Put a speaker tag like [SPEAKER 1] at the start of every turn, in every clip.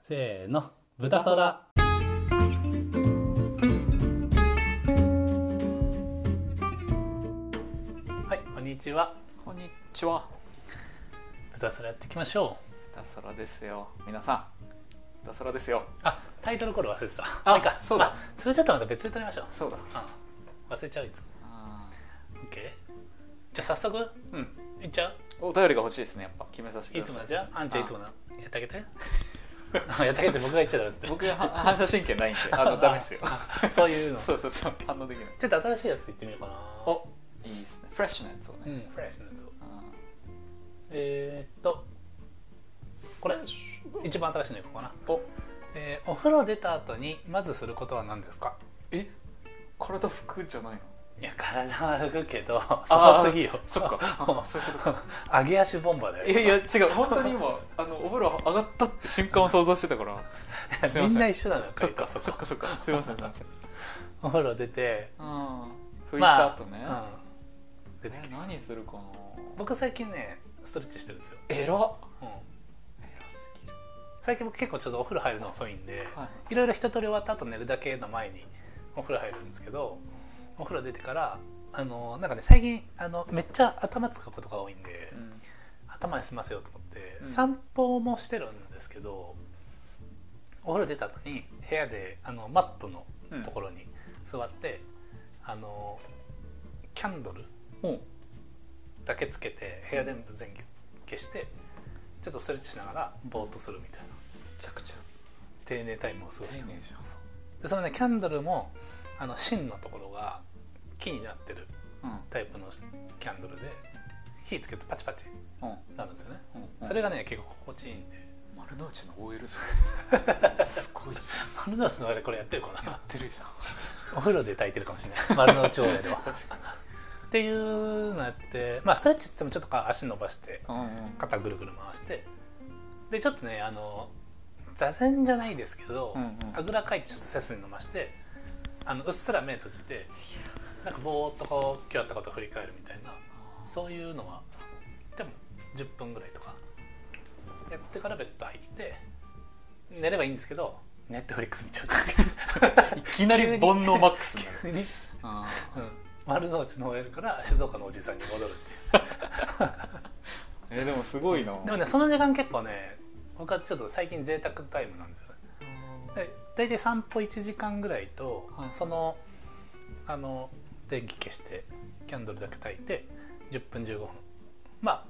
[SPEAKER 1] せーの豚そらはいこんにちは
[SPEAKER 2] こんにちは。
[SPEAKER 1] 豚そらやっていきましょう
[SPEAKER 2] ダサラですよ。皆さん。ダサラですよ。
[SPEAKER 1] あタイトルコール忘れてた
[SPEAKER 2] あ
[SPEAKER 1] なんか
[SPEAKER 2] そうだ
[SPEAKER 1] あそれちょっとまた別で撮りましょう
[SPEAKER 2] そうだ。
[SPEAKER 1] うん忘れちゃういつも
[SPEAKER 2] あ
[SPEAKER 1] OK じゃあ早速
[SPEAKER 2] ーうん。
[SPEAKER 1] いっちゃう
[SPEAKER 2] お便りが欲しいですね。やっぱ決めさせて
[SPEAKER 1] い
[SPEAKER 2] くだ
[SPEAKER 1] つ
[SPEAKER 2] さ
[SPEAKER 1] も
[SPEAKER 2] い。
[SPEAKER 1] のじゃああんちゃん
[SPEAKER 2] あ
[SPEAKER 1] いつものやってあげて やってあげて僕が言っちゃダメですね
[SPEAKER 2] 僕は反射神経ないんで、 あのダ メですよ。
[SPEAKER 1] そういうの
[SPEAKER 2] そうそうそう。反応できない。
[SPEAKER 1] ちょっと新しいやつ言ってみようかな
[SPEAKER 2] お、いいですね。フレッシュなやつを
[SPEAKER 1] う
[SPEAKER 2] ね。
[SPEAKER 1] んフレッシュなやつを
[SPEAKER 2] うん
[SPEAKER 1] えー、っとこれ一番新しいのいこうかな、
[SPEAKER 2] お、
[SPEAKER 1] えーお風呂出た後にまずすることは何ですか
[SPEAKER 2] え、体拭くじゃないの？
[SPEAKER 1] いや体は拭くけどそ
[SPEAKER 2] あ
[SPEAKER 1] の
[SPEAKER 2] ー
[SPEAKER 1] 次よ
[SPEAKER 2] そっか。 あそういうことか。
[SPEAKER 1] 揚げ足ボンバーだ
[SPEAKER 2] い
[SPEAKER 1] よ
[SPEAKER 2] やい や違う。本当に今あのお風呂上がったって瞬間を想像してたから。すいません
[SPEAKER 1] みんな一緒なのよ
[SPEAKER 2] そっ
[SPEAKER 1] 回答
[SPEAKER 2] かそっかそっか。すいませんすいません。
[SPEAKER 1] お風呂出て
[SPEAKER 2] うん。拭い
[SPEAKER 1] まあ
[SPEAKER 2] た後ね。
[SPEAKER 1] うん出て
[SPEAKER 2] え
[SPEAKER 1] きて
[SPEAKER 2] 何するかな
[SPEAKER 1] 僕最近ねストレッチしてるんですよ、
[SPEAKER 2] エロ
[SPEAKER 1] うん
[SPEAKER 2] エロすぎる
[SPEAKER 1] 最近僕結構ちょっとお風呂入るの遅いんで、
[SPEAKER 2] はい
[SPEAKER 1] いろいろ一通り終わった後寝るだけの前にお風呂入るんですけどお風呂出てからあのなんかね最近あのめっちゃ頭使うことが多いんで、
[SPEAKER 2] うん
[SPEAKER 1] 頭に済ませようと思って、
[SPEAKER 2] うん
[SPEAKER 1] 散歩もしてるんですけどお風呂出た後に部屋であのマットのところに座って、あのキャンドル
[SPEAKER 2] お
[SPEAKER 1] だけつけて部屋全部全消してちょっとストレッチしながらぼーっとするみたいな
[SPEAKER 2] めちゃくちゃ
[SPEAKER 1] 丁寧タイムを過ごしてます
[SPEAKER 2] じゃん
[SPEAKER 1] でそのねキャンドルもあの芯のところが木になってる
[SPEAKER 2] う
[SPEAKER 1] タイプのキャンドルで火つけるとパチパチ
[SPEAKER 2] んうん
[SPEAKER 1] なるんですよね、
[SPEAKER 2] うん
[SPEAKER 1] それがね結構心地いいんで
[SPEAKER 2] 丸の内の OL じゃんすごいじゃ
[SPEAKER 1] 丸の内のあれこれやってるか
[SPEAKER 2] んや
[SPEAKER 1] な
[SPEAKER 2] ってるじゃん
[SPEAKER 1] お風呂で炊いてるかもしれない 丸の内オーでは
[SPEAKER 2] 確か
[SPEAKER 1] っていうのやってまあストレッチって言ってもちょっとか足伸ばして
[SPEAKER 2] にうん
[SPEAKER 1] 肩ぐるぐる回してでちょっとねあの座禅じゃないですけど、
[SPEAKER 2] うんうん
[SPEAKER 1] あぐらかいてちょっと背筋伸ばしてあのうっすら目閉じてなんかぼーっとこう今日やったことを振り返るみたいなそういうのはでも10分ぐらいとかやってからベッド入って寝ればいいんですけどネットフリックス見ちゃう
[SPEAKER 2] いきなり煩悩マックスになる
[SPEAKER 1] 急 に、
[SPEAKER 2] あ
[SPEAKER 1] うん、丸の内の OL から静岡のおじさんに戻るっていう
[SPEAKER 2] ーえーでもすごいな
[SPEAKER 1] でもねその時間結構ね僕はちょっと最近贅沢タイムなんですよねで大体散歩1時間ぐらいと、
[SPEAKER 2] はい
[SPEAKER 1] そのあの電気消してキャンドルだけ焚いて10分15分まあ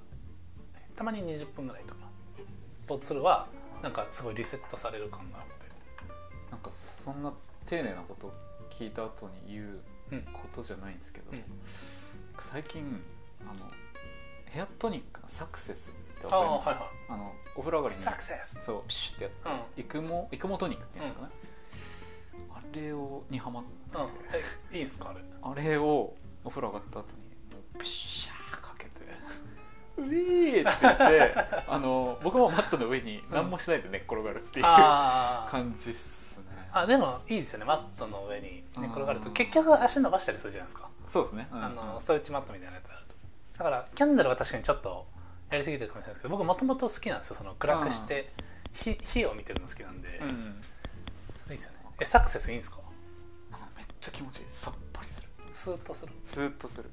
[SPEAKER 1] たまに20分ぐらいとかぼーっとするはなんかすごいリセットされる感があっ
[SPEAKER 2] なんかそんな丁寧なこと聞いた後に言う
[SPEAKER 1] て、うん
[SPEAKER 2] ことじゃないんですけど、
[SPEAKER 1] うん
[SPEAKER 2] 最近あのヘアトニックのサクセスってわ
[SPEAKER 1] あ
[SPEAKER 2] か
[SPEAKER 1] あ
[SPEAKER 2] ります
[SPEAKER 1] はいは
[SPEAKER 2] あのお風呂上が
[SPEAKER 1] い
[SPEAKER 2] りに
[SPEAKER 1] サクセス
[SPEAKER 2] そうピシュってやっ
[SPEAKER 1] う
[SPEAKER 2] て
[SPEAKER 1] ん
[SPEAKER 2] 育毛育毛トニックっていうんですかね、あれをにハマっ
[SPEAKER 1] うんえいいんすかあれ
[SPEAKER 2] あれをお風呂上がった後にもうプシャーかけて ウィーって言っ てあの僕もマットの上に何もしないで寝っ転がるっていう
[SPEAKER 1] あー
[SPEAKER 2] 感じっすね
[SPEAKER 1] あでもいいですよねマットの上に寝転がると
[SPEAKER 2] うん
[SPEAKER 1] 結局足伸ばしたりするじゃないですか
[SPEAKER 2] そうですね、うん
[SPEAKER 1] あのストレッチマットみたいなやつあるとだからキャンドルは確かにちょっとやりすぎてるかもしれないですけど僕もともと好きなんですよその暗くして火火を見てるの好きなんで、
[SPEAKER 2] うん
[SPEAKER 1] それいいですよねえサクセスいいんですか
[SPEAKER 2] あのめっちゃ気持ちいいさっぱりする
[SPEAKER 1] スーッとする
[SPEAKER 2] スーッとする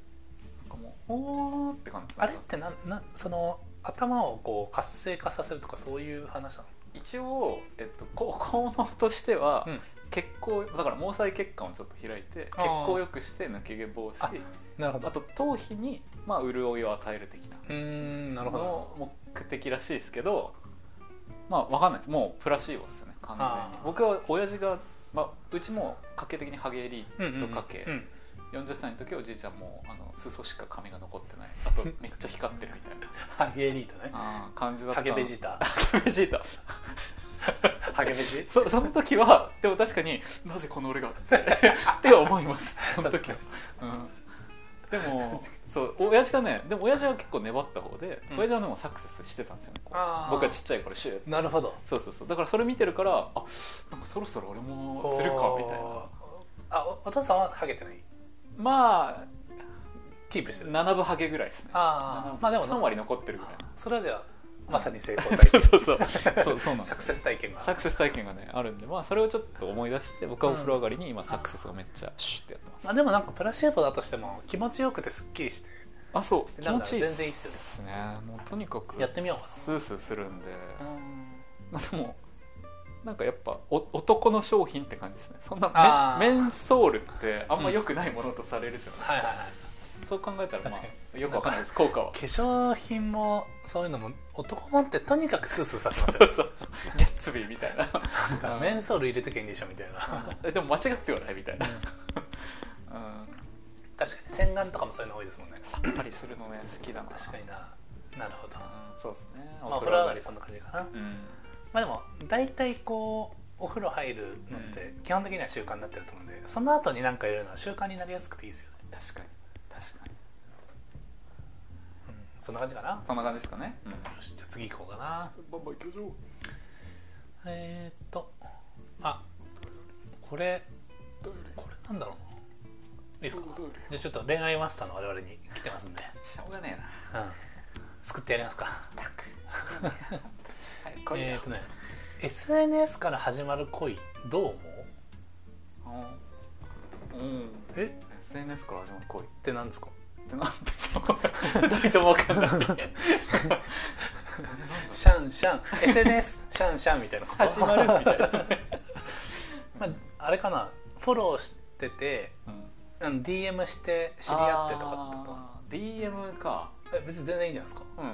[SPEAKER 2] なんかもうおーって感じ
[SPEAKER 1] あれってなんなんその頭をこう活性化させるとかそういう話なんですか
[SPEAKER 2] 一応、えっと、こ効能としては、
[SPEAKER 1] うん
[SPEAKER 2] 血行だから毛細血管をちょっと開いて血
[SPEAKER 1] あー
[SPEAKER 2] 行を良くして抜け毛防止
[SPEAKER 1] あなるほ
[SPEAKER 2] あと頭皮に、まあ、潤いを与える的な
[SPEAKER 1] うーんなるほど
[SPEAKER 2] の目的らしいですけどまあ分かんないですもうプラシーボですよね完全
[SPEAKER 1] あ
[SPEAKER 2] に
[SPEAKER 1] ー
[SPEAKER 2] 僕は親父が、まあ、うちも家計的にハゲリとかけ、
[SPEAKER 1] うんうんうん
[SPEAKER 2] 40歳の時はおじいちゃんもあの裾しか髪が残ってないあとめっちゃ光ってるみたいな
[SPEAKER 1] ハゲエリートね
[SPEAKER 2] あー感じだった
[SPEAKER 1] ハゲベジータ
[SPEAKER 2] ハゲベジータ
[SPEAKER 1] ハゲベジ
[SPEAKER 2] そその時はでも確かになぜこの俺がって って思いますその時は、うん、でもそう親父がねでも親父は結構粘った方で、
[SPEAKER 1] うん
[SPEAKER 2] 親父はでもサクセスしてたんですよねこう
[SPEAKER 1] あー
[SPEAKER 2] 僕はちっちゃい頃シュー
[SPEAKER 1] なるほど
[SPEAKER 2] そうそうそうだからそれ見てるからあなんかそろそろ俺もするかみたいな
[SPEAKER 1] おーあおお父さんはハゲてない
[SPEAKER 2] まあ
[SPEAKER 1] キープしてる
[SPEAKER 2] 7分ハゲぐらいですね
[SPEAKER 1] ああまあでも
[SPEAKER 2] 3割残ってるぐらい
[SPEAKER 1] それはじゃあまさに成功体
[SPEAKER 2] そう
[SPEAKER 1] 験
[SPEAKER 2] そうそうそうそうなんです
[SPEAKER 1] サクセス体験が
[SPEAKER 2] サクセス体験がねあるんでまあそれをちょっと思い出して僕はお風呂上がりに今サクセスがめっちゃシュッてやってます、
[SPEAKER 1] まあ、でもなんかプラシエボだとしても気持ちよくてすっきりして
[SPEAKER 2] あそう
[SPEAKER 1] で
[SPEAKER 2] 気
[SPEAKER 1] なんだろう
[SPEAKER 2] 持ちいい
[SPEAKER 1] 全然いいっ
[SPEAKER 2] ですねもうとにかく
[SPEAKER 1] やってみようかな
[SPEAKER 2] スースーするんで、
[SPEAKER 1] ん
[SPEAKER 2] まあ、でもなんかやっぱお男の商品って感じですねそんな
[SPEAKER 1] あー
[SPEAKER 2] メンメンソールってあんま良くないものとされるじゃない、
[SPEAKER 1] はいはいはい
[SPEAKER 2] そう考えたらま
[SPEAKER 1] 確か
[SPEAKER 2] あよくわかんないです効果 は
[SPEAKER 1] 化粧品もそういうのも男もってとにかくスースーさせますよ
[SPEAKER 2] そうそうそうギャッツビーみたいな
[SPEAKER 1] なんかメンソール入れときゃいいんでしょみたいな
[SPEAKER 2] え でも間違ってはないみたいな、
[SPEAKER 1] 確
[SPEAKER 2] うん、
[SPEAKER 1] かに洗顔とかもそういうの多いですもんね
[SPEAKER 2] さっぱりするのね好きだな
[SPEAKER 1] 確かにななるほどま
[SPEAKER 2] うんそうですね
[SPEAKER 1] あお風呂上がりそんな感じかな
[SPEAKER 2] うん
[SPEAKER 1] まあでも大体こうお風呂入るのって基本的には習慣になってると思うんでその後に何か入れるのは習慣になりやすくていいですよね、
[SPEAKER 2] 確かに確かに
[SPEAKER 1] うん、そんな感じかな
[SPEAKER 2] そんな感じですかね、うん、
[SPEAKER 1] よしじゃあ次行こうかな
[SPEAKER 2] バンバン行きましょう
[SPEAKER 1] えー、っとあこれこれなんだろうないいですかじゃあちょっと恋愛マスターの我々に来てますんで、
[SPEAKER 2] しょうがねえな
[SPEAKER 1] うん、救ってやりますか
[SPEAKER 2] ったくしょうがねえなはい来い
[SPEAKER 1] え
[SPEAKER 2] よ
[SPEAKER 1] ー、とね SNS から始まる恋どう思う
[SPEAKER 2] うん
[SPEAKER 1] えっ
[SPEAKER 2] SNS から始まる恋って
[SPEAKER 1] なんですか
[SPEAKER 2] てなんでしょう二人とも分 かんない
[SPEAKER 1] シャンシャン SNS シャンシャンみたいなこと
[SPEAKER 2] 始まるみたいな、
[SPEAKER 1] まあ、あれかなフォローしててうん DM して知り合ってとかってこ
[SPEAKER 2] って DM か
[SPEAKER 1] とえ別に全然いいんじゃないですか
[SPEAKER 2] う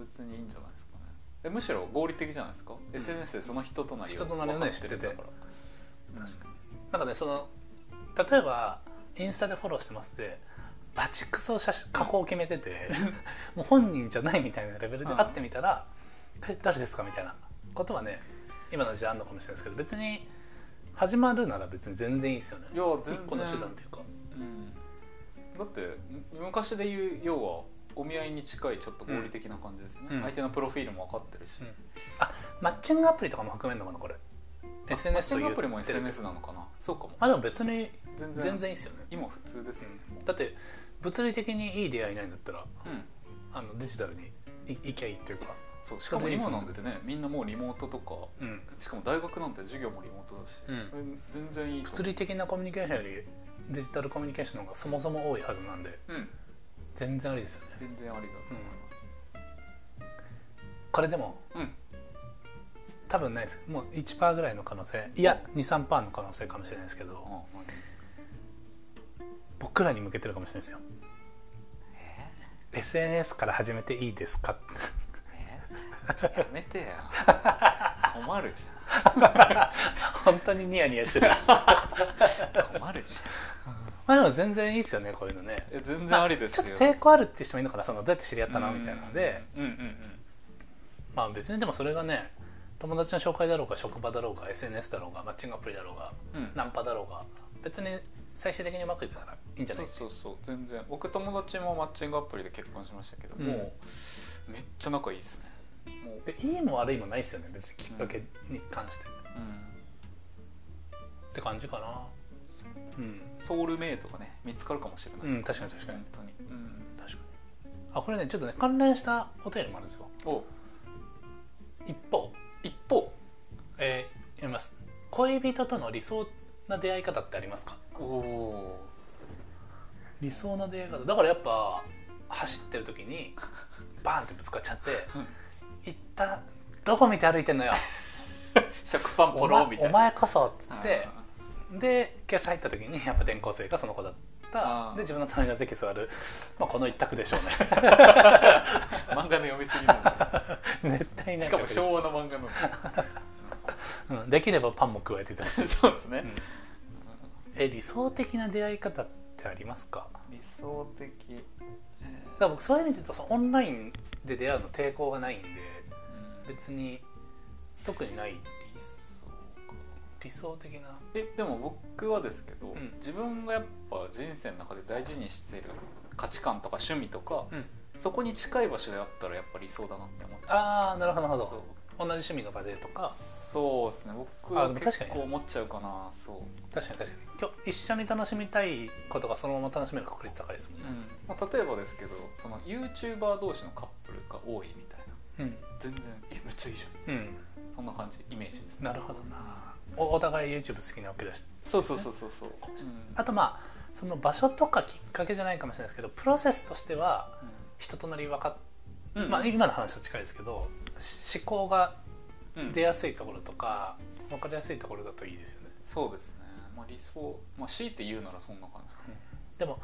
[SPEAKER 2] ん別にいいんじゃないですかねえむしろ合理的じゃないですか、SNS でその人となりを
[SPEAKER 1] 人となりをね
[SPEAKER 2] 分かるんだから
[SPEAKER 1] 確かなんかねその例えばインスタでフォローしてますでバチクソ写真加工を決めて てもう本人じゃないみたいなレベルで
[SPEAKER 2] うん
[SPEAKER 1] 会ってみたら「え誰ですか?」みたいなことはね今の時代あるのかもしれないですけど別に始まるなら別に全然いいですよね
[SPEAKER 2] いや全
[SPEAKER 1] 一
[SPEAKER 2] 然
[SPEAKER 1] 個の手段というか
[SPEAKER 2] うんだってむ昔で言う要はお見合いに近いちょっと合理的な感じですね、
[SPEAKER 1] うん
[SPEAKER 2] 相手のプロフィールも分かってるし、
[SPEAKER 1] うんマッチングアプリとかも含めるのかなこれ SNS と
[SPEAKER 2] マッチング
[SPEAKER 1] 言
[SPEAKER 2] アプリも
[SPEAKER 1] ってる
[SPEAKER 2] SNS なのかなそうかも
[SPEAKER 1] まあでも別に
[SPEAKER 2] 全然
[SPEAKER 1] 全然いいですよね、
[SPEAKER 2] 今普通ですよね、
[SPEAKER 1] うんだって物理的にいい出会いないんだったら
[SPEAKER 2] うん、
[SPEAKER 1] あのデジタルにいいきゃいいっていうか
[SPEAKER 2] そうしかも
[SPEAKER 1] それいいです
[SPEAKER 2] 今
[SPEAKER 1] ね
[SPEAKER 2] なんてねみんなもうリモートとか
[SPEAKER 1] うん
[SPEAKER 2] しかも大学なんて授業もリモートだし、
[SPEAKER 1] うん
[SPEAKER 2] え全然いいと思う
[SPEAKER 1] 物理的なコミュニケーションよりデジタルコミュニケーションの方がそもそも多いはずなんで
[SPEAKER 2] うん
[SPEAKER 1] 全然ありですよね
[SPEAKER 2] 全然ありだと思います
[SPEAKER 1] これでも
[SPEAKER 2] うん、
[SPEAKER 1] 多分ないですもう1%ぐらいの可能性いや23%の可能性かもしれないですけ
[SPEAKER 2] あ
[SPEAKER 1] ど
[SPEAKER 2] まあ
[SPEAKER 1] 僕らに向けてるかもしれないですよ SNS から始めていいですかって
[SPEAKER 2] えやめてよ困るじ
[SPEAKER 1] 本当にニヤニヤしてる
[SPEAKER 2] ゃん困るじ
[SPEAKER 1] まあでも全然いいですよねこういうのね
[SPEAKER 2] ゃんえ全然ありです
[SPEAKER 1] ちょ
[SPEAKER 2] よ
[SPEAKER 1] っと抵抗あるっていう人もいるのかなそのどうやって知り合ったのみたいなので、
[SPEAKER 2] うんうんうん
[SPEAKER 1] まあ別にでもそれがね友達の紹介だろうが職場だろうが SNS だろうがマッチングアプリだろうが
[SPEAKER 2] うんうん
[SPEAKER 1] ナンパだろうが別に最終的にうまくいくならいいんじゃな
[SPEAKER 2] そ
[SPEAKER 1] いう
[SPEAKER 2] そうそう全然僕友達もマッチングアプリで結婚しましたけど、
[SPEAKER 1] うん
[SPEAKER 2] もうめっちゃ仲いいですねもう、
[SPEAKER 1] でいいも悪いもないですよね別にきっかけに関して、
[SPEAKER 2] うん、
[SPEAKER 1] って感じかなうん
[SPEAKER 2] ソウルメイトがね見つかるかもしれない
[SPEAKER 1] うん確かに確かに
[SPEAKER 2] 本当に、うん、
[SPEAKER 1] 確かにあこれねちょっとね関連したお便りもあるんですよ
[SPEAKER 2] お
[SPEAKER 1] 一方
[SPEAKER 2] 一方
[SPEAKER 1] えー、読みます恋人との理想な出会い方ってありますか
[SPEAKER 2] おお
[SPEAKER 1] 理想な出会い方だからやっぱ走ってる時にバーンってぶつかっちゃって行ったどこ見て歩いてんのよ
[SPEAKER 2] 食パンポ
[SPEAKER 1] お
[SPEAKER 2] ロ
[SPEAKER 1] 前
[SPEAKER 2] みたいな
[SPEAKER 1] お前こそっつって
[SPEAKER 2] あ
[SPEAKER 1] で今朝入った時にやっぱ転校生がその子だった
[SPEAKER 2] あー
[SPEAKER 1] で自分の隣の席座る、まあ、この一択でしょう
[SPEAKER 2] ー漫画の読みす ぎな
[SPEAKER 1] ね絶対
[SPEAKER 2] の
[SPEAKER 1] ない
[SPEAKER 2] しかも昭和の漫 画の
[SPEAKER 1] うん、できればパンも加えてたしい、
[SPEAKER 2] そうですね、
[SPEAKER 1] うんえ理想的な出会い方ってありますかだか
[SPEAKER 2] 理想的
[SPEAKER 1] ら僕そういう意味で言うとそのオンラインで出会うの抵抗がないんで
[SPEAKER 2] 別
[SPEAKER 1] 別に特にない
[SPEAKER 2] 理想か
[SPEAKER 1] 理想的な
[SPEAKER 2] えでも僕はですけど、
[SPEAKER 1] ん
[SPEAKER 2] 自分がやっぱ人生の中で大事にしている価値観とか趣味とか、
[SPEAKER 1] うん
[SPEAKER 2] そこに近い場所であったらやっぱ理想だなって思っちゃ
[SPEAKER 1] ああなるほどなる
[SPEAKER 2] うんです
[SPEAKER 1] ほど同じ趣味の場でとか
[SPEAKER 2] そうそうですね僕
[SPEAKER 1] あ
[SPEAKER 2] は
[SPEAKER 1] でも確
[SPEAKER 2] 結
[SPEAKER 1] かにね
[SPEAKER 2] 構思っちゃうかなそう、
[SPEAKER 1] 確かに確かに今日一緒に楽しみたいことがそのまま楽しめる確率高いですもんね、
[SPEAKER 2] まあ、例えばですけどその YouTuber 同士のカップルが多いみたいな
[SPEAKER 1] うん
[SPEAKER 2] 全然「えめっちゃいいじゃ
[SPEAKER 1] うん
[SPEAKER 2] ん」そんな感じイメージですね
[SPEAKER 1] なるほどなおお互い YouTube 好きなわけだし
[SPEAKER 2] そうそうそうそうそう、うん
[SPEAKER 1] あとまあその場所とかきっかけじゃないかもしれないですけどプロセスとしては人となり分かっ、
[SPEAKER 2] うん
[SPEAKER 1] まあ、今の話と近いですけどし思考が
[SPEAKER 2] うん
[SPEAKER 1] 出やすいところとか分かりやすいところだといいですよね
[SPEAKER 2] そうですね、まあ、理想、まあ、強いて言うならそんな感じかな
[SPEAKER 1] でも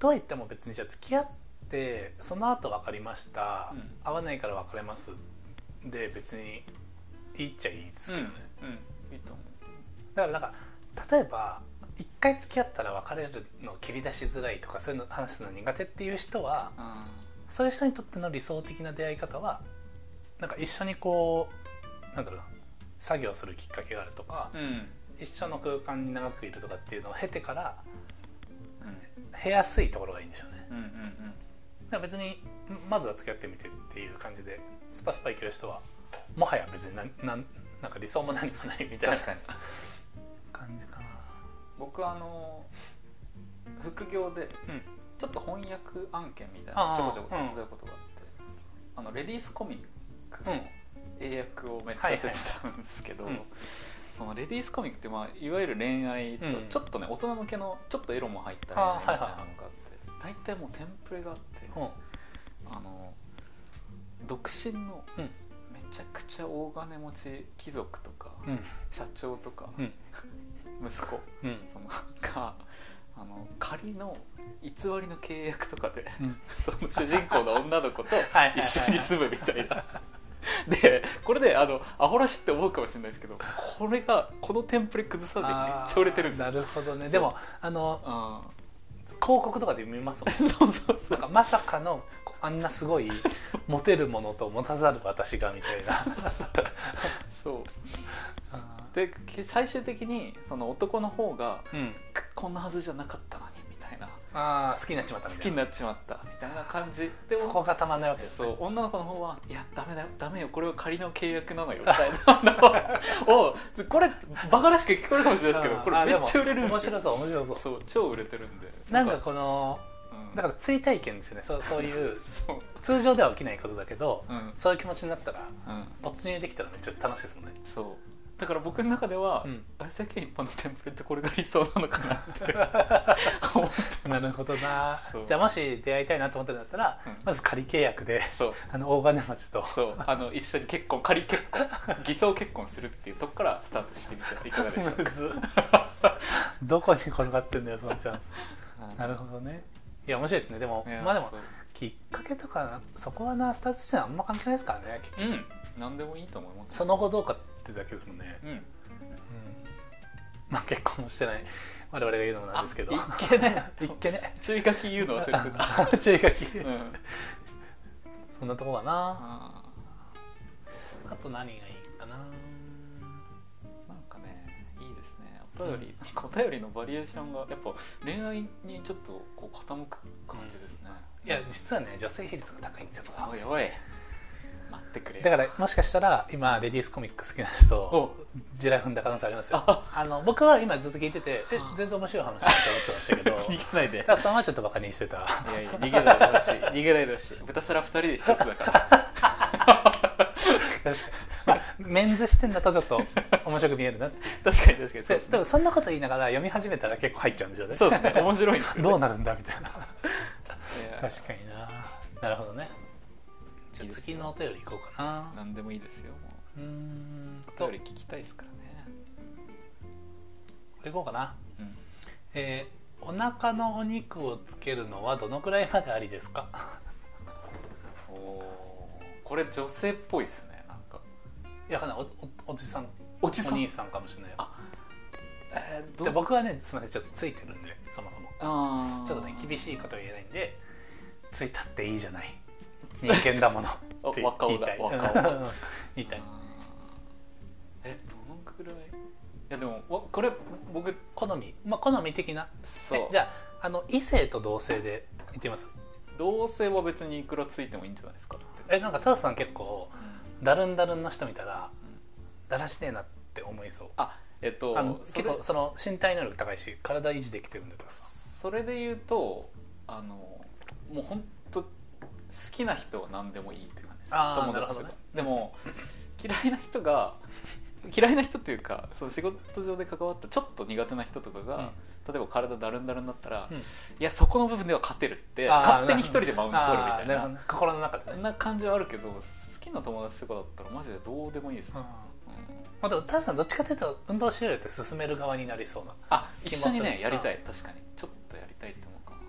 [SPEAKER 1] とは言っても別にじゃあ付き合ってその後分かりました、
[SPEAKER 2] うん
[SPEAKER 1] 合わないから別れますで別にいいっちゃいいですけどね、
[SPEAKER 2] うん、うん、いいと思
[SPEAKER 1] だからなんか例えば一回付き合ったら別れるのを切り出しづらいとかそういうの話すの苦手っていう人は
[SPEAKER 2] う、うん、
[SPEAKER 1] そういう人にとっての理想的な出会い方はなんか一緒にこうなんだろうな作業するきっかけがあるとか、
[SPEAKER 2] うん
[SPEAKER 1] 一緒の空間に長くいるとかっていうのを経てから
[SPEAKER 2] うん
[SPEAKER 1] 経やすいところがいいんでしょうね
[SPEAKER 2] うんうん
[SPEAKER 1] だから別にまずは付き合ってみてっていう感じでスパスパいける人はもはや別になんなんなんか理想も何もないみたいな
[SPEAKER 2] 確かに
[SPEAKER 1] 感じかな
[SPEAKER 2] 僕あの副業で
[SPEAKER 1] うん
[SPEAKER 2] ちょっと翻訳案件みたいなの
[SPEAKER 1] ああ
[SPEAKER 2] ちょこちょこ手伝うことがあってあ、のレディースコミック
[SPEAKER 1] う
[SPEAKER 2] の
[SPEAKER 1] ん
[SPEAKER 2] 英訳をめっちゃ手伝うんですけど、
[SPEAKER 1] はいはいうん
[SPEAKER 2] そのレディースコミックって、まあ、いわゆる恋愛と
[SPEAKER 1] うん
[SPEAKER 2] ちょっとね、大人向けのちょっとエロも入った恋愛
[SPEAKER 1] あ
[SPEAKER 2] み
[SPEAKER 1] ー
[SPEAKER 2] た
[SPEAKER 1] はいい
[SPEAKER 2] な
[SPEAKER 1] は
[SPEAKER 2] の
[SPEAKER 1] い
[SPEAKER 2] があって大体もうテンプレがあって、
[SPEAKER 1] うん
[SPEAKER 2] あの独身の
[SPEAKER 1] うん
[SPEAKER 2] めちゃくちゃ大金持ち貴族とか、
[SPEAKER 1] うん
[SPEAKER 2] 社長とか、
[SPEAKER 1] うん
[SPEAKER 2] 息子
[SPEAKER 1] うん
[SPEAKER 2] そのがあの仮の偽りの契約とかで
[SPEAKER 1] うん
[SPEAKER 2] その主人公の女の 子と
[SPEAKER 1] はいはい
[SPEAKER 2] 一緒に住むみたいな。でこれであのアホらしいって思うかもしれないですけどこれがこのテンプレ崩さでめっちゃ売れてるんです
[SPEAKER 1] あ
[SPEAKER 2] よ。
[SPEAKER 1] ーなるほどねでもあの
[SPEAKER 2] うん
[SPEAKER 1] 広告とかで見ますもん
[SPEAKER 2] そうそうそ
[SPEAKER 1] な
[SPEAKER 2] うん
[SPEAKER 1] かまさかのこあんなすごいモテるものと持たざる私がみたいな
[SPEAKER 2] そう
[SPEAKER 1] あ
[SPEAKER 2] でけ最終的にその男の方が
[SPEAKER 1] ーうん
[SPEAKER 2] くこんなはずじゃなかったのにみたいな
[SPEAKER 1] あー好きになっちまった
[SPEAKER 2] 好
[SPEAKER 1] み
[SPEAKER 2] き
[SPEAKER 1] たい
[SPEAKER 2] に
[SPEAKER 1] な
[SPEAKER 2] なっちまったみたいな感じ
[SPEAKER 1] で
[SPEAKER 2] で
[SPEAKER 1] そこがたまんないわけです
[SPEAKER 2] そ
[SPEAKER 1] ね
[SPEAKER 2] う女の子の方はいやダメだよダメよこれは仮の契約なのよみたいなのをこれバカらしく聞こえるかもしれないですけどこれ
[SPEAKER 1] あー
[SPEAKER 2] めっちゃ売れる
[SPEAKER 1] で
[SPEAKER 2] ん
[SPEAKER 1] も
[SPEAKER 2] で
[SPEAKER 1] 面
[SPEAKER 2] すよ
[SPEAKER 1] 白そう面白そう
[SPEAKER 2] そう超売れてるんで
[SPEAKER 1] なんかこの
[SPEAKER 2] うん
[SPEAKER 1] だから追体験ですよねそうそういう
[SPEAKER 2] そう
[SPEAKER 1] 通常では起きないことだけど、
[SPEAKER 2] うん
[SPEAKER 1] そういう気持ちになったら
[SPEAKER 2] うん
[SPEAKER 1] 没入できたらめっちゃ楽しいですもん ね、
[SPEAKER 2] そうだから僕の中では、
[SPEAKER 1] うん
[SPEAKER 2] あ世間一般のテンプレってこれが理想なのかなって思って
[SPEAKER 1] なるほどな
[SPEAKER 2] そう
[SPEAKER 1] じゃあもし出会いたいなと思ってんだったら、
[SPEAKER 2] うん
[SPEAKER 1] まず仮契約 で
[SPEAKER 2] そう
[SPEAKER 1] あの大金持ちと
[SPEAKER 2] そうあの一緒に結婚仮結婚偽装結婚するっていうとこからスタートしてみてはいかがでしょう
[SPEAKER 1] む
[SPEAKER 2] か
[SPEAKER 1] ずどこに転がってんだよそのチャンスなるほどねいや面白いですねでも
[SPEAKER 2] いや
[SPEAKER 1] まあでも
[SPEAKER 2] そう
[SPEAKER 1] きっかけとかそこはなスタートしてはあんま関係ないですからね結局
[SPEAKER 2] うん何でもいいと思います
[SPEAKER 1] その後どうかってだけですもんね、
[SPEAKER 2] うん
[SPEAKER 1] まあ結婚もしてない我々が言うのもなんですけど
[SPEAKER 2] あい けね
[SPEAKER 1] いっけね
[SPEAKER 2] 注意書き言うの忘れてた
[SPEAKER 1] 注意書き、
[SPEAKER 2] うん
[SPEAKER 1] そんなとこかな
[SPEAKER 2] あ
[SPEAKER 1] あと何がいいかな
[SPEAKER 2] ーなんかねいいですねお便り、なんかお便りのバリエーションがやっぱ恋愛にちょっとこう傾く感じですね、
[SPEAKER 1] いや実はね女性比率が高いんですよ
[SPEAKER 2] おいおい待ってくれ
[SPEAKER 1] だからもしかしたら今レディースコミック好きな人
[SPEAKER 2] お
[SPEAKER 1] 地雷踏んだ可能性ありますよ
[SPEAKER 2] あ
[SPEAKER 1] あの僕は今ずっと聞いててえ
[SPEAKER 2] あ
[SPEAKER 1] 全然面白い話だと思ってましたけ ど
[SPEAKER 2] げないで
[SPEAKER 1] タスさんはちょっとバカにしてた
[SPEAKER 2] いやいや逃げないでほ しい逃げないでほしい豚皿二人で一つだから
[SPEAKER 1] 確かに、 まあ、メンズ視点だとちょっと面白く見えるなって
[SPEAKER 2] 確かに確かにそ
[SPEAKER 1] で
[SPEAKER 2] うです
[SPEAKER 1] で
[SPEAKER 2] ね
[SPEAKER 1] もそんなこと言いながら読み始めたら結構入っちゃうんですよね
[SPEAKER 2] そうですね面白いんですよ、ね、
[SPEAKER 1] どうなるんだみたいない
[SPEAKER 2] や
[SPEAKER 1] 確かにななるほどねじゃあ次のお便り行こうかな
[SPEAKER 2] 何でもいいですよも
[SPEAKER 1] うーん
[SPEAKER 2] う
[SPEAKER 1] と
[SPEAKER 2] お
[SPEAKER 1] こ
[SPEAKER 2] 便り聞きたいですからね
[SPEAKER 1] れ行こうかな
[SPEAKER 2] うん
[SPEAKER 1] えー、お腹のお肉をつけるのはどのくらいまでありですか
[SPEAKER 2] おーこれ女性っぽいですねなんか
[SPEAKER 1] いやかなおおおじさん
[SPEAKER 2] おじさん
[SPEAKER 1] お兄さんかもしれない
[SPEAKER 2] あえー
[SPEAKER 1] で僕はねすみませんちょっとついてるんでそもそも
[SPEAKER 2] あー
[SPEAKER 1] ちょっとね厳しいことは言えないんでついたっていいじゃない人間だも の
[SPEAKER 2] お
[SPEAKER 1] って
[SPEAKER 2] 若
[SPEAKER 1] 言
[SPEAKER 2] 尾
[SPEAKER 1] い
[SPEAKER 2] だ
[SPEAKER 1] たい
[SPEAKER 2] 若尾だ
[SPEAKER 1] 言いたい
[SPEAKER 2] あーえどのくらいいやでもわこれ僕
[SPEAKER 1] 好みまあ好み的な
[SPEAKER 2] そ
[SPEAKER 1] え
[SPEAKER 2] う
[SPEAKER 1] じゃああの異性と同性で言ってみます
[SPEAKER 2] 同性は別にいくらついてもいいんじゃないですかって
[SPEAKER 1] えなんかタダさん結構
[SPEAKER 2] うん
[SPEAKER 1] だるんだるんの人見たらだらしねえなって思いそう
[SPEAKER 2] あえっと
[SPEAKER 1] あの
[SPEAKER 2] そ
[SPEAKER 1] 結
[SPEAKER 2] れ
[SPEAKER 1] 構その身体能力高いし体維持できてるんでとかさ
[SPEAKER 2] それで言うとあのもう本当好きな人は何でもいいって感じです
[SPEAKER 1] ああ
[SPEAKER 2] 友
[SPEAKER 1] なるほ
[SPEAKER 2] 達
[SPEAKER 1] ど
[SPEAKER 2] と
[SPEAKER 1] ね
[SPEAKER 2] か、でも嫌いな人が嫌いな人っていうかそう仕事上で関わったちょっと苦手な人とかが、例えば体だるんだるんだったら、
[SPEAKER 1] うん
[SPEAKER 2] いやそこの部分では勝てるって
[SPEAKER 1] あー
[SPEAKER 2] 勝手に一人でマウント取るみ
[SPEAKER 1] あ
[SPEAKER 2] た
[SPEAKER 1] ー
[SPEAKER 2] い
[SPEAKER 1] なるほ
[SPEAKER 2] な
[SPEAKER 1] どね心の中でね、うん
[SPEAKER 2] な感じはあるけど好きな友達とかだったらマジでどうでもいいです、ね
[SPEAKER 1] まあ、でも田中さんどっちかというと運動しようよって進める側になりそうな
[SPEAKER 2] あ
[SPEAKER 1] 気
[SPEAKER 2] 一
[SPEAKER 1] も
[SPEAKER 2] 緒に
[SPEAKER 1] す
[SPEAKER 2] ね
[SPEAKER 1] る
[SPEAKER 2] やりたい確かにちょっとやりたいって思うかない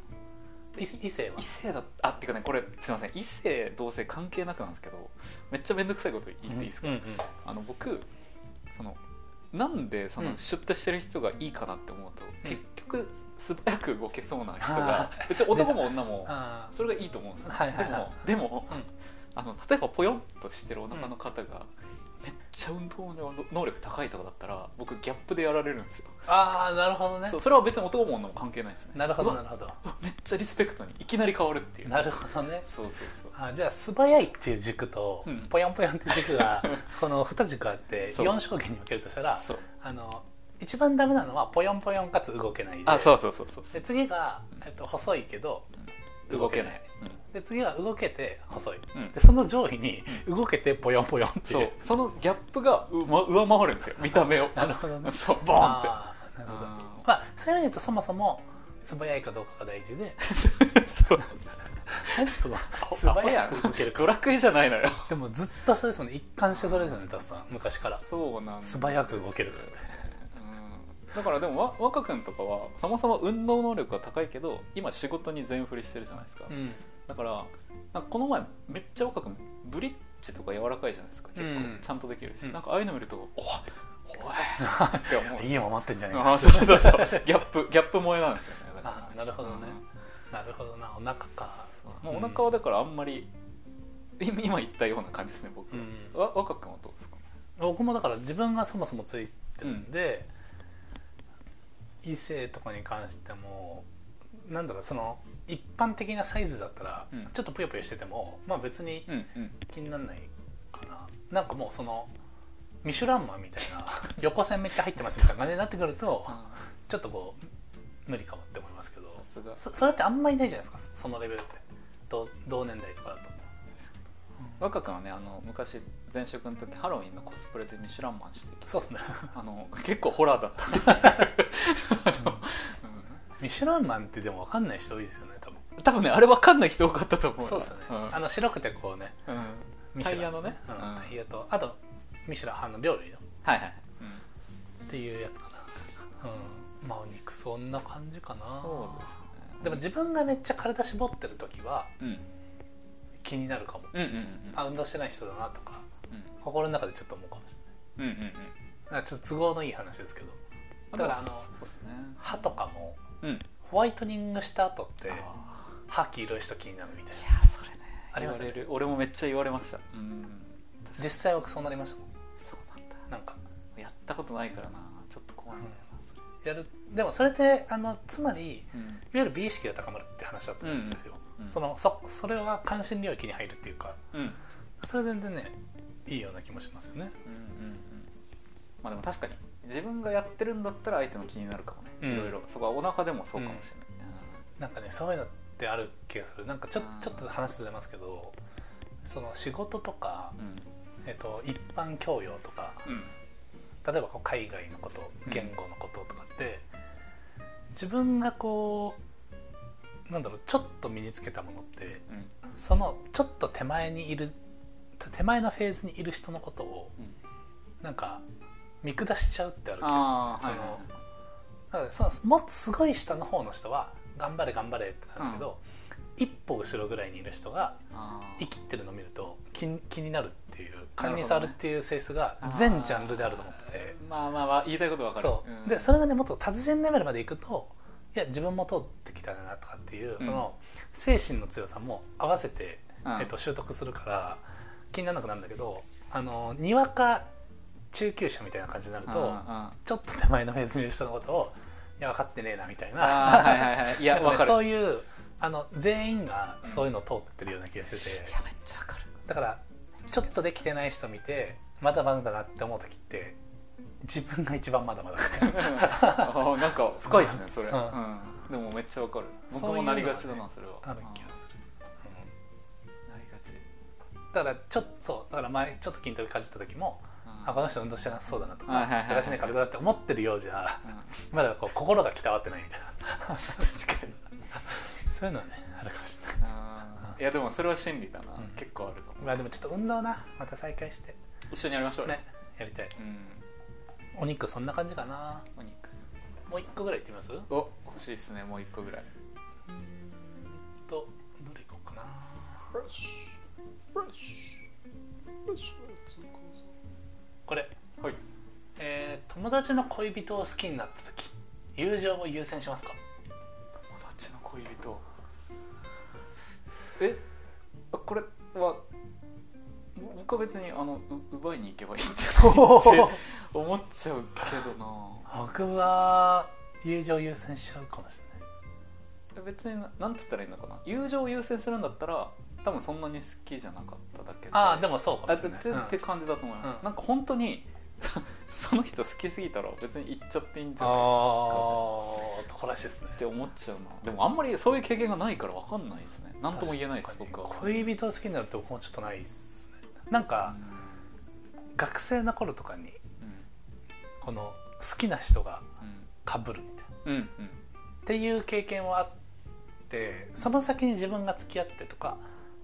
[SPEAKER 1] 異性は
[SPEAKER 2] 異性だあっていうかねこれすいません異性同性関係なくなんですけどめっちゃ面倒くさいこと言っていいですか、
[SPEAKER 1] うんうん
[SPEAKER 2] あの僕そのなんでそ
[SPEAKER 1] うん
[SPEAKER 2] の出世してる人がいいかなって思うと、
[SPEAKER 1] ん
[SPEAKER 2] 結局素早く動けそうな人
[SPEAKER 1] あ
[SPEAKER 2] が別に男も女も
[SPEAKER 1] あ
[SPEAKER 2] それがいいと思うんですよ、
[SPEAKER 1] はいはいは
[SPEAKER 2] でもでも、
[SPEAKER 1] うん
[SPEAKER 2] あの例えばぽよんとしてるお腹の方が、めっちゃ運動能力高いとかだったら僕ギャップでやられるんですよ、
[SPEAKER 1] ーあーなるほどね
[SPEAKER 2] そうそれは別に男も女も関係ないですね
[SPEAKER 1] なるほど
[SPEAKER 2] う
[SPEAKER 1] な
[SPEAKER 2] わ
[SPEAKER 1] るほど
[SPEAKER 2] うわめっちゃリスペクトにいきなり変わるっていう
[SPEAKER 1] なるほどね
[SPEAKER 2] そうそうそう
[SPEAKER 1] あじゃあ素早いっていう軸と
[SPEAKER 2] うん
[SPEAKER 1] ぽやんぽやんっていう軸 がこの2軸あって
[SPEAKER 2] そう
[SPEAKER 1] 4証言に分けるとしたら
[SPEAKER 2] そう
[SPEAKER 1] あの一番ダメなのはぽよんぽよんかつ動けないで
[SPEAKER 2] あそうそうそうそう
[SPEAKER 1] で次が、えっと、細いけど
[SPEAKER 2] 動けない、
[SPEAKER 1] で次は動けて細い
[SPEAKER 2] うんうん
[SPEAKER 1] でその上位に動けてぽよんぽよんって
[SPEAKER 2] そ
[SPEAKER 1] いうう
[SPEAKER 2] そのギャップがう、ま、上回るんですよ見た目を
[SPEAKER 1] なるほどね
[SPEAKER 2] そうボーンって
[SPEAKER 1] あーなるほどまあそういう意味で言うとそもそも素早いかどうかが大事 で
[SPEAKER 2] そう
[SPEAKER 1] 何その素
[SPEAKER 2] 素
[SPEAKER 1] 早
[SPEAKER 2] 早
[SPEAKER 1] く動ける
[SPEAKER 2] ドラクエじゃないのよ
[SPEAKER 1] でもずっとそれですよね一貫してそれですよねタスさん昔から
[SPEAKER 2] そうなんです
[SPEAKER 1] 素早く動けるから
[SPEAKER 2] うんだからでもわ若君とかはそもそも運動能力が高いけど今仕事に全振りしてるじゃないですか、
[SPEAKER 1] うん
[SPEAKER 2] だからなんかこの前めっちゃ若君ブリッジとか柔らかいじゃないですか結
[SPEAKER 1] うん
[SPEAKER 2] 構ちゃんとできるし、
[SPEAKER 1] うん
[SPEAKER 2] なんかああいうの見るとおいおいって思う
[SPEAKER 1] いいよ待ってんじゃねえか
[SPEAKER 2] あそうそうそうギャップギャップ萌えなんですよねだから
[SPEAKER 1] あなるほどねなるほどなお腹か
[SPEAKER 2] まあ、お腹はだからあんまり、今今言ったような感じですね僕、
[SPEAKER 1] うん、
[SPEAKER 2] わ若君はどうですか
[SPEAKER 1] 僕もだから自分がそもそもついてるんで、異性とかに関してもなんだろうその一般的なサイズだったら、
[SPEAKER 2] うん
[SPEAKER 1] ちょっとぷよぷよしててもまあ別に
[SPEAKER 2] うんうん
[SPEAKER 1] 気にならないかななんかもうそのミシュランマンみたい な横線めっちゃ入ってますみたいな感じになってくるとちょっとこう無理かもって思いますけど
[SPEAKER 2] さすが
[SPEAKER 1] そそれってあんまりないじゃないですかそのレベルって同同年代とかだと、
[SPEAKER 2] 若君はねあの昔前職の時ハロウィンのコスプレでミシュランマンしてきて
[SPEAKER 1] そうですね
[SPEAKER 2] あの結構ホラーだったあの
[SPEAKER 1] ミシュランマンってでも分かんない人多いですよね多分
[SPEAKER 2] うん多分ねあれ分かんない人多かったと思うな
[SPEAKER 1] そうですよね、
[SPEAKER 2] ん
[SPEAKER 1] あの白くてこうね
[SPEAKER 2] うん
[SPEAKER 1] ミ
[SPEAKER 2] タ
[SPEAKER 1] シ
[SPEAKER 2] イ
[SPEAKER 1] ュラ
[SPEAKER 2] ヤ
[SPEAKER 1] ン
[SPEAKER 2] のね、
[SPEAKER 1] うん
[SPEAKER 2] うんはい
[SPEAKER 1] タイヤとあとミシュランあの料理の
[SPEAKER 2] はいはい、うん
[SPEAKER 1] っていうやつかなうんまあお肉そんな感じかな
[SPEAKER 2] そうですね
[SPEAKER 1] でも自分がめっちゃ体絞ってる時は
[SPEAKER 2] うん
[SPEAKER 1] 気になるかも
[SPEAKER 2] うんうんうん
[SPEAKER 1] あ運動してない人だなとか
[SPEAKER 2] うん
[SPEAKER 1] 心の中でちょっと思うかもしれない
[SPEAKER 2] うんうんうん
[SPEAKER 1] なんかちょっと都合のいい話ですけどだからあの
[SPEAKER 2] そうですね
[SPEAKER 1] 歯とかも
[SPEAKER 2] うん
[SPEAKER 1] ホワイトニングした後って
[SPEAKER 2] あー
[SPEAKER 1] 歯黄色い人気になるみたい
[SPEAKER 2] い
[SPEAKER 1] な
[SPEAKER 2] やそれね
[SPEAKER 1] あり
[SPEAKER 2] 言
[SPEAKER 1] ま
[SPEAKER 2] わ
[SPEAKER 1] すね
[SPEAKER 2] れる俺もめっちゃ言われましたうん確
[SPEAKER 1] 実
[SPEAKER 2] かに
[SPEAKER 1] 際僕そうなりましたもん
[SPEAKER 2] そうなんだ
[SPEAKER 1] なんか
[SPEAKER 2] やったことないからなちょっと怖いんだよなそれ
[SPEAKER 1] やるでもそれってあのつまり
[SPEAKER 2] うん
[SPEAKER 1] いわゆる美意識が高まるって話だと思うんですよ、
[SPEAKER 2] うん
[SPEAKER 1] そのそそれは関心領域に入るっていうか
[SPEAKER 2] うんうん
[SPEAKER 1] それ全然ねいいような気もしますよね
[SPEAKER 2] うんうんまあでも確かに自分がやってるんだったら相手の気になるかもね、
[SPEAKER 1] うん
[SPEAKER 2] いろいろそこはお腹でもそうかもしれない、
[SPEAKER 1] なんかねそういうのってある気がするなんかちょ
[SPEAKER 2] うん
[SPEAKER 1] ちょっと話ずれますけどその仕事とか、
[SPEAKER 2] うんうん
[SPEAKER 1] えっと、一般教養とか例えばこう海外のこと
[SPEAKER 2] うん
[SPEAKER 1] 言語のこととかって、自分がこうなんだろうちょっと身につけたものって
[SPEAKER 2] うんうん
[SPEAKER 1] そのちょっと手前にいる手前のフェーズにいる人のことを
[SPEAKER 2] うん
[SPEAKER 1] なんか見下しちゃうってある気
[SPEAKER 2] あ
[SPEAKER 1] がす
[SPEAKER 2] あ
[SPEAKER 1] る
[SPEAKER 2] は
[SPEAKER 1] ん
[SPEAKER 2] い
[SPEAKER 1] です
[SPEAKER 2] は
[SPEAKER 1] よねそのだか
[SPEAKER 2] いはい
[SPEAKER 1] らそのもっとすごい下の方の人は頑張れ頑張れってなるけど、一歩後ろぐらいにいる人が
[SPEAKER 2] あ
[SPEAKER 1] 生きってるのを見ると気に気になるっていう
[SPEAKER 2] ほどね
[SPEAKER 1] 勘に触るっていう性質が
[SPEAKER 2] ー
[SPEAKER 1] 全ジャンルであると思ってて
[SPEAKER 2] あーまあまあまあ言いたいことわかる
[SPEAKER 1] そう、
[SPEAKER 2] ん
[SPEAKER 1] でそれがねもっと達人レベルまでいくといや自分も通ってきたなとかっていう、
[SPEAKER 2] うん
[SPEAKER 1] その精神の強さも合わせて、
[SPEAKER 2] うん
[SPEAKER 1] えっと、習得するから気にならなくなるんだけどあのにわか中級者みたいな感じになると、
[SPEAKER 2] うんうんあ
[SPEAKER 1] ちょっと手前のフェーズにいる人のことをいや分かってねえなみたいな
[SPEAKER 2] あはいはいはいいや
[SPEAKER 1] なんかね
[SPEAKER 2] わかる
[SPEAKER 1] そういうあの全員がそういうのを通ってるような気がしてて、
[SPEAKER 2] いやめっちゃわかる
[SPEAKER 1] だからちょっとできてない人見てまだまだだなって思う時って自分が一番まだまだみ たいな
[SPEAKER 2] あなんか深いですねそれ、
[SPEAKER 1] う
[SPEAKER 2] うんんでもめっちゃわかる
[SPEAKER 1] そう
[SPEAKER 2] 僕
[SPEAKER 1] いう
[SPEAKER 2] も
[SPEAKER 1] のは
[SPEAKER 2] な
[SPEAKER 1] ね
[SPEAKER 2] りがちだなそれは
[SPEAKER 1] ある気がする、
[SPEAKER 2] うんなりがち
[SPEAKER 1] だからちょっとそうだから前ちょっと筋トレかじった時もあこの人運動してなさそうだなとか
[SPEAKER 2] はいはいはい
[SPEAKER 1] 正しい体だって思ってるようじゃまだこう心が鍛わってないみたいな 確かにそういうのはねあるかもしれない
[SPEAKER 2] うんいやでもそれは真理だな、
[SPEAKER 1] うん
[SPEAKER 2] 結構あると思う
[SPEAKER 1] まあでもちょっと運動なまた再開して
[SPEAKER 2] 一緒にやりましょうよ、
[SPEAKER 1] ねやりたい
[SPEAKER 2] うん
[SPEAKER 1] お肉そんな感じかな
[SPEAKER 2] お肉
[SPEAKER 1] もう一個ぐらいいってみます
[SPEAKER 2] お欲しいですねもう一個ぐらい
[SPEAKER 1] とどれいこうかな
[SPEAKER 2] フレッシュフレッシュフレッシ
[SPEAKER 1] これ
[SPEAKER 2] ュはい
[SPEAKER 1] えー友達の恋人を好きになった時友情を優先しますか
[SPEAKER 2] 友達の恋人えあこれはぼ僕は別にあのう奪いに行けばいいんじゃないって 思っちゃうけどな
[SPEAKER 1] 僕は友情優先しちゃうかもしれないです
[SPEAKER 2] 別にななんつったらいいのかな友情を優先するんだったら多分そんなに好きじゃなかっただけで
[SPEAKER 1] ああで
[SPEAKER 2] も
[SPEAKER 1] もそうか
[SPEAKER 2] あ
[SPEAKER 1] も
[SPEAKER 2] っ
[SPEAKER 1] してれない
[SPEAKER 2] ってって感じだと思います、
[SPEAKER 1] うん
[SPEAKER 2] なんか本当に その人好きすぎたら別に行っちゃっていいんじゃ
[SPEAKER 1] あ
[SPEAKER 2] ないです
[SPEAKER 1] あ
[SPEAKER 2] か
[SPEAKER 1] 男らしいですね
[SPEAKER 2] って思っちゃうなでもあんまりそういう経験がないから分かんないですね何とも言えないです
[SPEAKER 1] 確
[SPEAKER 2] 僕
[SPEAKER 1] かに
[SPEAKER 2] は
[SPEAKER 1] 恋人を好きになるって僕もちょっとないですねなんか学生の頃とかに
[SPEAKER 2] う
[SPEAKER 1] この好きな人が被るみたいなっ
[SPEAKER 2] んうんうん
[SPEAKER 1] ていう経験はあってその先に自分が付き合ってとか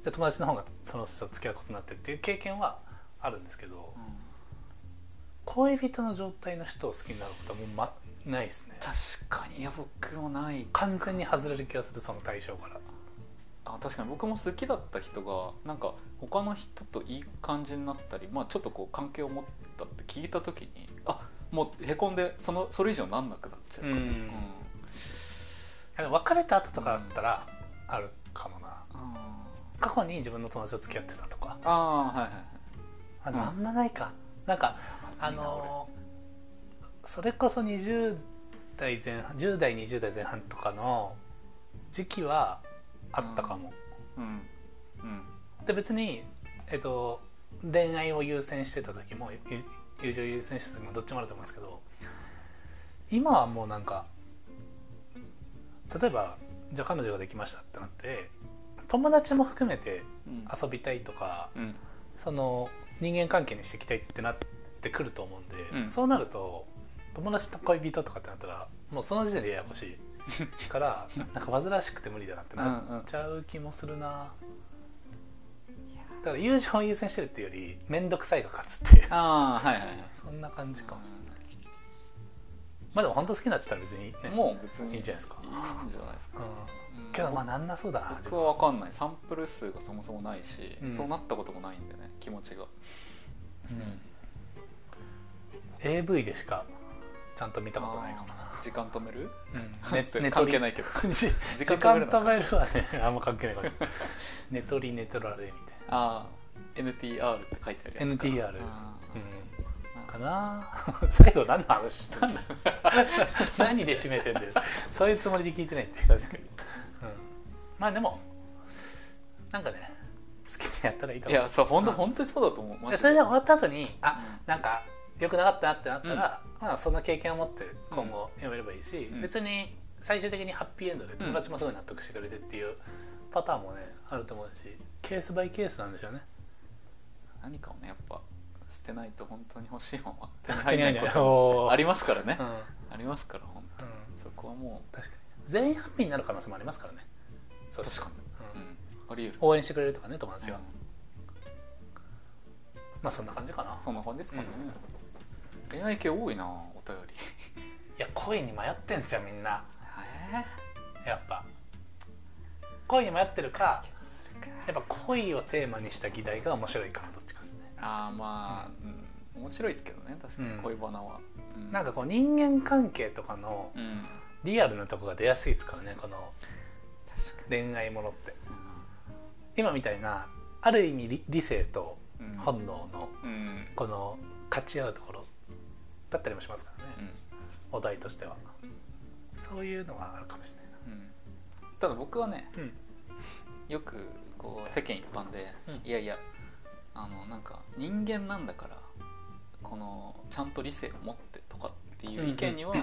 [SPEAKER 1] じゃあ友達の方がその人と付き合うことになってっていう経験はあるんですけど恋人の状態の人を好きになることはもう、ま、ないですね
[SPEAKER 2] 確かにいや僕もない
[SPEAKER 1] 完全に外れる気がするその対象から
[SPEAKER 2] あ確かに僕も好きだった人がなんか他の人といい感じになったり、まあ、ちょっとこう関係を持ったって聞いた時にあもうへこんでそのそれ以上なんなくなっちゃう、
[SPEAKER 1] うんあの別れた後とかだったらあるかもな
[SPEAKER 2] あ
[SPEAKER 1] 過去に自分の友達と付き合ってたとか
[SPEAKER 2] あーはいはいはい
[SPEAKER 1] あでも
[SPEAKER 2] うん
[SPEAKER 1] あんまないか、なんかあ
[SPEAKER 2] いいな
[SPEAKER 1] のそれこそ20代前半10代20代前半とかの時期はあったかも、
[SPEAKER 2] 俺うんうん
[SPEAKER 1] で別にえっと恋愛を優先してた時もゆ友情を優先してた時もどっちもあると思うんですけど今はもうなんか例えばじゃあ彼女ができましたってなって友達も含めて
[SPEAKER 2] うん
[SPEAKER 1] 遊びたいとか
[SPEAKER 2] うん
[SPEAKER 1] その人間関係にしていきたいってなってくると思うんで、
[SPEAKER 2] うん
[SPEAKER 1] そうなると友達と恋人とかってなったらもうその時点でややこしい からなんか煩わしくて無理だなってなっちゃう気もするな、だから友情を優先してるっていうより面倒くさいが勝つっていう
[SPEAKER 2] ああはいはいはい
[SPEAKER 1] そんな感じかもしれないまあでも本当好きになっちゃったら別にね
[SPEAKER 2] もう別に
[SPEAKER 1] いいんじゃないですか
[SPEAKER 2] いいんじゃないですか、
[SPEAKER 1] うん、
[SPEAKER 2] うん
[SPEAKER 1] けどまあなんなそうだな自
[SPEAKER 2] 僕
[SPEAKER 1] 分
[SPEAKER 2] は分かんないサンプル数がそもそもないし、
[SPEAKER 1] うん
[SPEAKER 2] そうなったこともないんでね気持ちが
[SPEAKER 1] うん、AV でしかちゃんと見たことないかもな
[SPEAKER 2] 時間止める
[SPEAKER 1] うん ね
[SPEAKER 2] それ
[SPEAKER 1] ね取
[SPEAKER 2] 関係
[SPEAKER 1] り
[SPEAKER 2] ないけど
[SPEAKER 1] 時
[SPEAKER 2] 時
[SPEAKER 1] 時
[SPEAKER 2] 間
[SPEAKER 1] 間
[SPEAKER 2] 止めるのか
[SPEAKER 1] 止めるはねあんま関係ないかもし れない寝取り寝取られみたい
[SPEAKER 2] ああ NTR って書いてあるやつか
[SPEAKER 1] NTR
[SPEAKER 2] あ
[SPEAKER 1] な、うん、かな 最後何の話してんの 何で締めてんだよそういうつもりで聞いてないって確かに、うん、まあでもなんかね好きにやったらいい
[SPEAKER 2] あ
[SPEAKER 1] か
[SPEAKER 2] い
[SPEAKER 1] もい
[SPEAKER 2] やそう本当
[SPEAKER 1] うん
[SPEAKER 2] 本当にそうだと思うマジで
[SPEAKER 1] それで終わった後にあ
[SPEAKER 2] うん
[SPEAKER 1] なんか良くなかったなってなったら、まあ、その経験を持って今後やめればいいし、
[SPEAKER 2] うん
[SPEAKER 1] 別に最終的にハッピーエンドで友達もすごい納得してくれてっていうパターンもねあると思うしケースバイケースなんでしょうね。
[SPEAKER 2] 何かをねやっぱ捨てないと本当に欲しい ものは手に入らないこと
[SPEAKER 1] お
[SPEAKER 2] も
[SPEAKER 1] ー
[SPEAKER 2] ありますからね、
[SPEAKER 1] うんうん、
[SPEAKER 2] ありますから本当そこはも
[SPEAKER 1] 確かに全員ハッピーになる可能性もありますからね。そうう
[SPEAKER 2] 確か
[SPEAKER 1] う
[SPEAKER 2] に、
[SPEAKER 1] ん
[SPEAKER 2] うん、あり得る
[SPEAKER 1] 応援してくれるとかね友達が、
[SPEAKER 2] うん
[SPEAKER 1] まあそんな感じかな。
[SPEAKER 2] そんな感じですかね、恋愛系多いなお便り
[SPEAKER 1] いや恋に迷ってんすよみんな
[SPEAKER 2] え
[SPEAKER 1] やっぱ恋に迷ってるか
[SPEAKER 2] えするか
[SPEAKER 1] やっぱ恋をテーマにした議題が面白いかなどっちかですね。
[SPEAKER 2] あーまあ、うん面白いですけどね確かに
[SPEAKER 1] うん
[SPEAKER 2] 恋バナは、うん
[SPEAKER 1] なんかこう人間関係とかの
[SPEAKER 2] うん
[SPEAKER 1] リアルなとこが出やすいですからねこの
[SPEAKER 2] 確か
[SPEAKER 1] 恋愛ものって
[SPEAKER 2] に、
[SPEAKER 1] 今みたいなある意味理理性と
[SPEAKER 2] うん
[SPEAKER 1] 本能の
[SPEAKER 2] うん、うん
[SPEAKER 1] この勝ち合うところだったりもしますからね、お題としてはそういうのはあるかもしれないな
[SPEAKER 2] うんただ僕はね
[SPEAKER 1] うん
[SPEAKER 2] よくこう世間一般で、
[SPEAKER 1] うん
[SPEAKER 2] いやいやあのなんか人間なんだからこのちゃんと理性を持ってとかっっていう意見には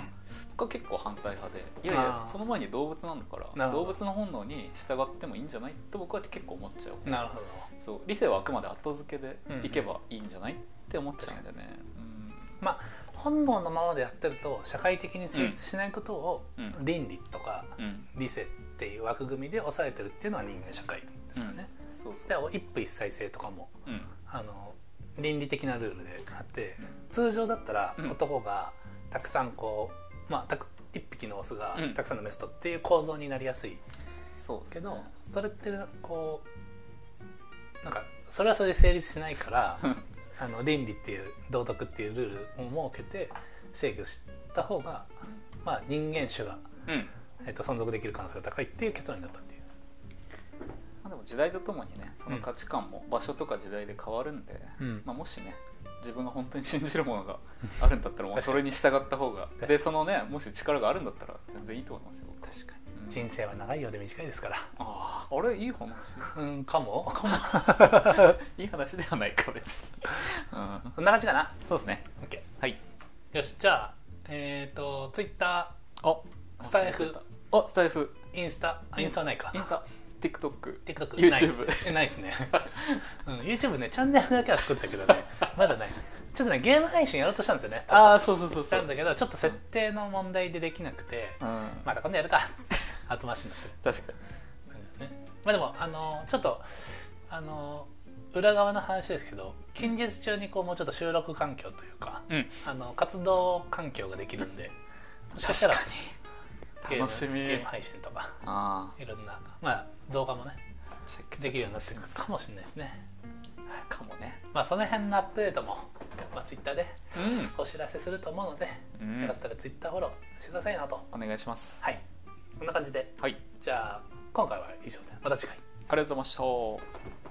[SPEAKER 2] 僕は結構反対派でいやい
[SPEAKER 1] あ
[SPEAKER 2] や
[SPEAKER 1] ー
[SPEAKER 2] その前に動物なんだか
[SPEAKER 1] なる
[SPEAKER 2] ら
[SPEAKER 1] ほ
[SPEAKER 2] 動
[SPEAKER 1] ど
[SPEAKER 2] 物の本能に従ってもいいんじゃないと僕は結構思っちゃう
[SPEAKER 1] なるほど
[SPEAKER 2] そう理性はあくまで後付けでいけばいいんじゃない、って思っちゃうんだよね。
[SPEAKER 1] 本能のままでやってると社会的に成立しないことを
[SPEAKER 2] うん
[SPEAKER 1] 倫理とか
[SPEAKER 2] うん、うん、
[SPEAKER 1] 理性っていう枠組みで抑えてるっていうのは人間社会ですからね。
[SPEAKER 2] そうそう
[SPEAKER 1] で一夫一妻制とかも
[SPEAKER 2] うん
[SPEAKER 1] あの倫理的なルールであって通常だったら
[SPEAKER 2] うん
[SPEAKER 1] 男がたくさんこう、まあ、たく一匹のオスが
[SPEAKER 2] うん
[SPEAKER 1] たくさんのメスとっていう構造になりやすい
[SPEAKER 2] そうです
[SPEAKER 1] け
[SPEAKER 2] ね
[SPEAKER 1] ど、それってこうなんかそれはそれで成立しないから
[SPEAKER 2] うん
[SPEAKER 1] あの倫理っていう道徳っていうルールを設けて制御した方が、まあ、人間種が、
[SPEAKER 2] うん
[SPEAKER 1] えっと存続できる可能性が高いっていう結論になったっていう。
[SPEAKER 2] まあ、でも時代とともにねその価値観も場所とか時代で変わるんで、
[SPEAKER 1] うん
[SPEAKER 2] まあ、もしね自分が本当に信じるものが あるんだったらもうそれに従った方が
[SPEAKER 1] かに
[SPEAKER 2] でそのねもし力があるんだったら全然いいと思いますよ僕は
[SPEAKER 1] 確か
[SPEAKER 2] うん
[SPEAKER 1] 人生は長いようで短いですから。
[SPEAKER 2] あーあれいい 話
[SPEAKER 1] うん、かも。
[SPEAKER 2] いい話ではないか別に、うん、
[SPEAKER 1] こんな感じかな。
[SPEAKER 2] そうですね
[SPEAKER 1] OK。
[SPEAKER 2] はい
[SPEAKER 1] よし、じゃあ、えっ、と、ツイッタ
[SPEAKER 2] あ
[SPEAKER 1] スタイフ
[SPEAKER 2] あスタイフ
[SPEAKER 1] ー、インスタ、あインスタはないか
[SPEAKER 2] イ。ンスタ TikTok
[SPEAKER 1] TikTok、
[SPEAKER 2] YouTube
[SPEAKER 1] ないえないですね。うん、YouTube ね、チャンネルだけは作ったけどね、まだない。ちょっとね、ゲーム配信やろうとしたんですよね。
[SPEAKER 2] ああ
[SPEAKER 1] そ
[SPEAKER 2] そうそうそう
[SPEAKER 1] し
[SPEAKER 2] そ
[SPEAKER 1] た、
[SPEAKER 2] うん
[SPEAKER 1] だけど、ちょっと設定の問題でできなくて、
[SPEAKER 2] うん、
[SPEAKER 1] また今度やるか、 つって後回しになってる
[SPEAKER 2] 確か
[SPEAKER 1] 感じですね。まあでも、あのちょっと、あの裏側の話ですけど、近日中にこう、もうちょっと収録環境というか、
[SPEAKER 2] に、うん、
[SPEAKER 1] あの活動環境ができるんで、もしかしたら
[SPEAKER 2] 確かに
[SPEAKER 1] ゲーム
[SPEAKER 2] 楽しみ
[SPEAKER 1] ゲーム配信とか
[SPEAKER 2] あ
[SPEAKER 1] いろんな、まあ、動画もね
[SPEAKER 2] あチェック
[SPEAKER 1] できるようになってくるかもしれないですね、
[SPEAKER 2] かもね
[SPEAKER 1] まあ、その辺のアップデートも、まあ、Twitter で
[SPEAKER 2] うん
[SPEAKER 1] お知らせすると思うので、
[SPEAKER 2] うん
[SPEAKER 1] よかったら Twitter フォローしてくださいなと
[SPEAKER 2] お願いします。
[SPEAKER 1] はいこんな感じで
[SPEAKER 2] はい、
[SPEAKER 1] じゃあ今回は以上でまた次回
[SPEAKER 2] ありがとうございました。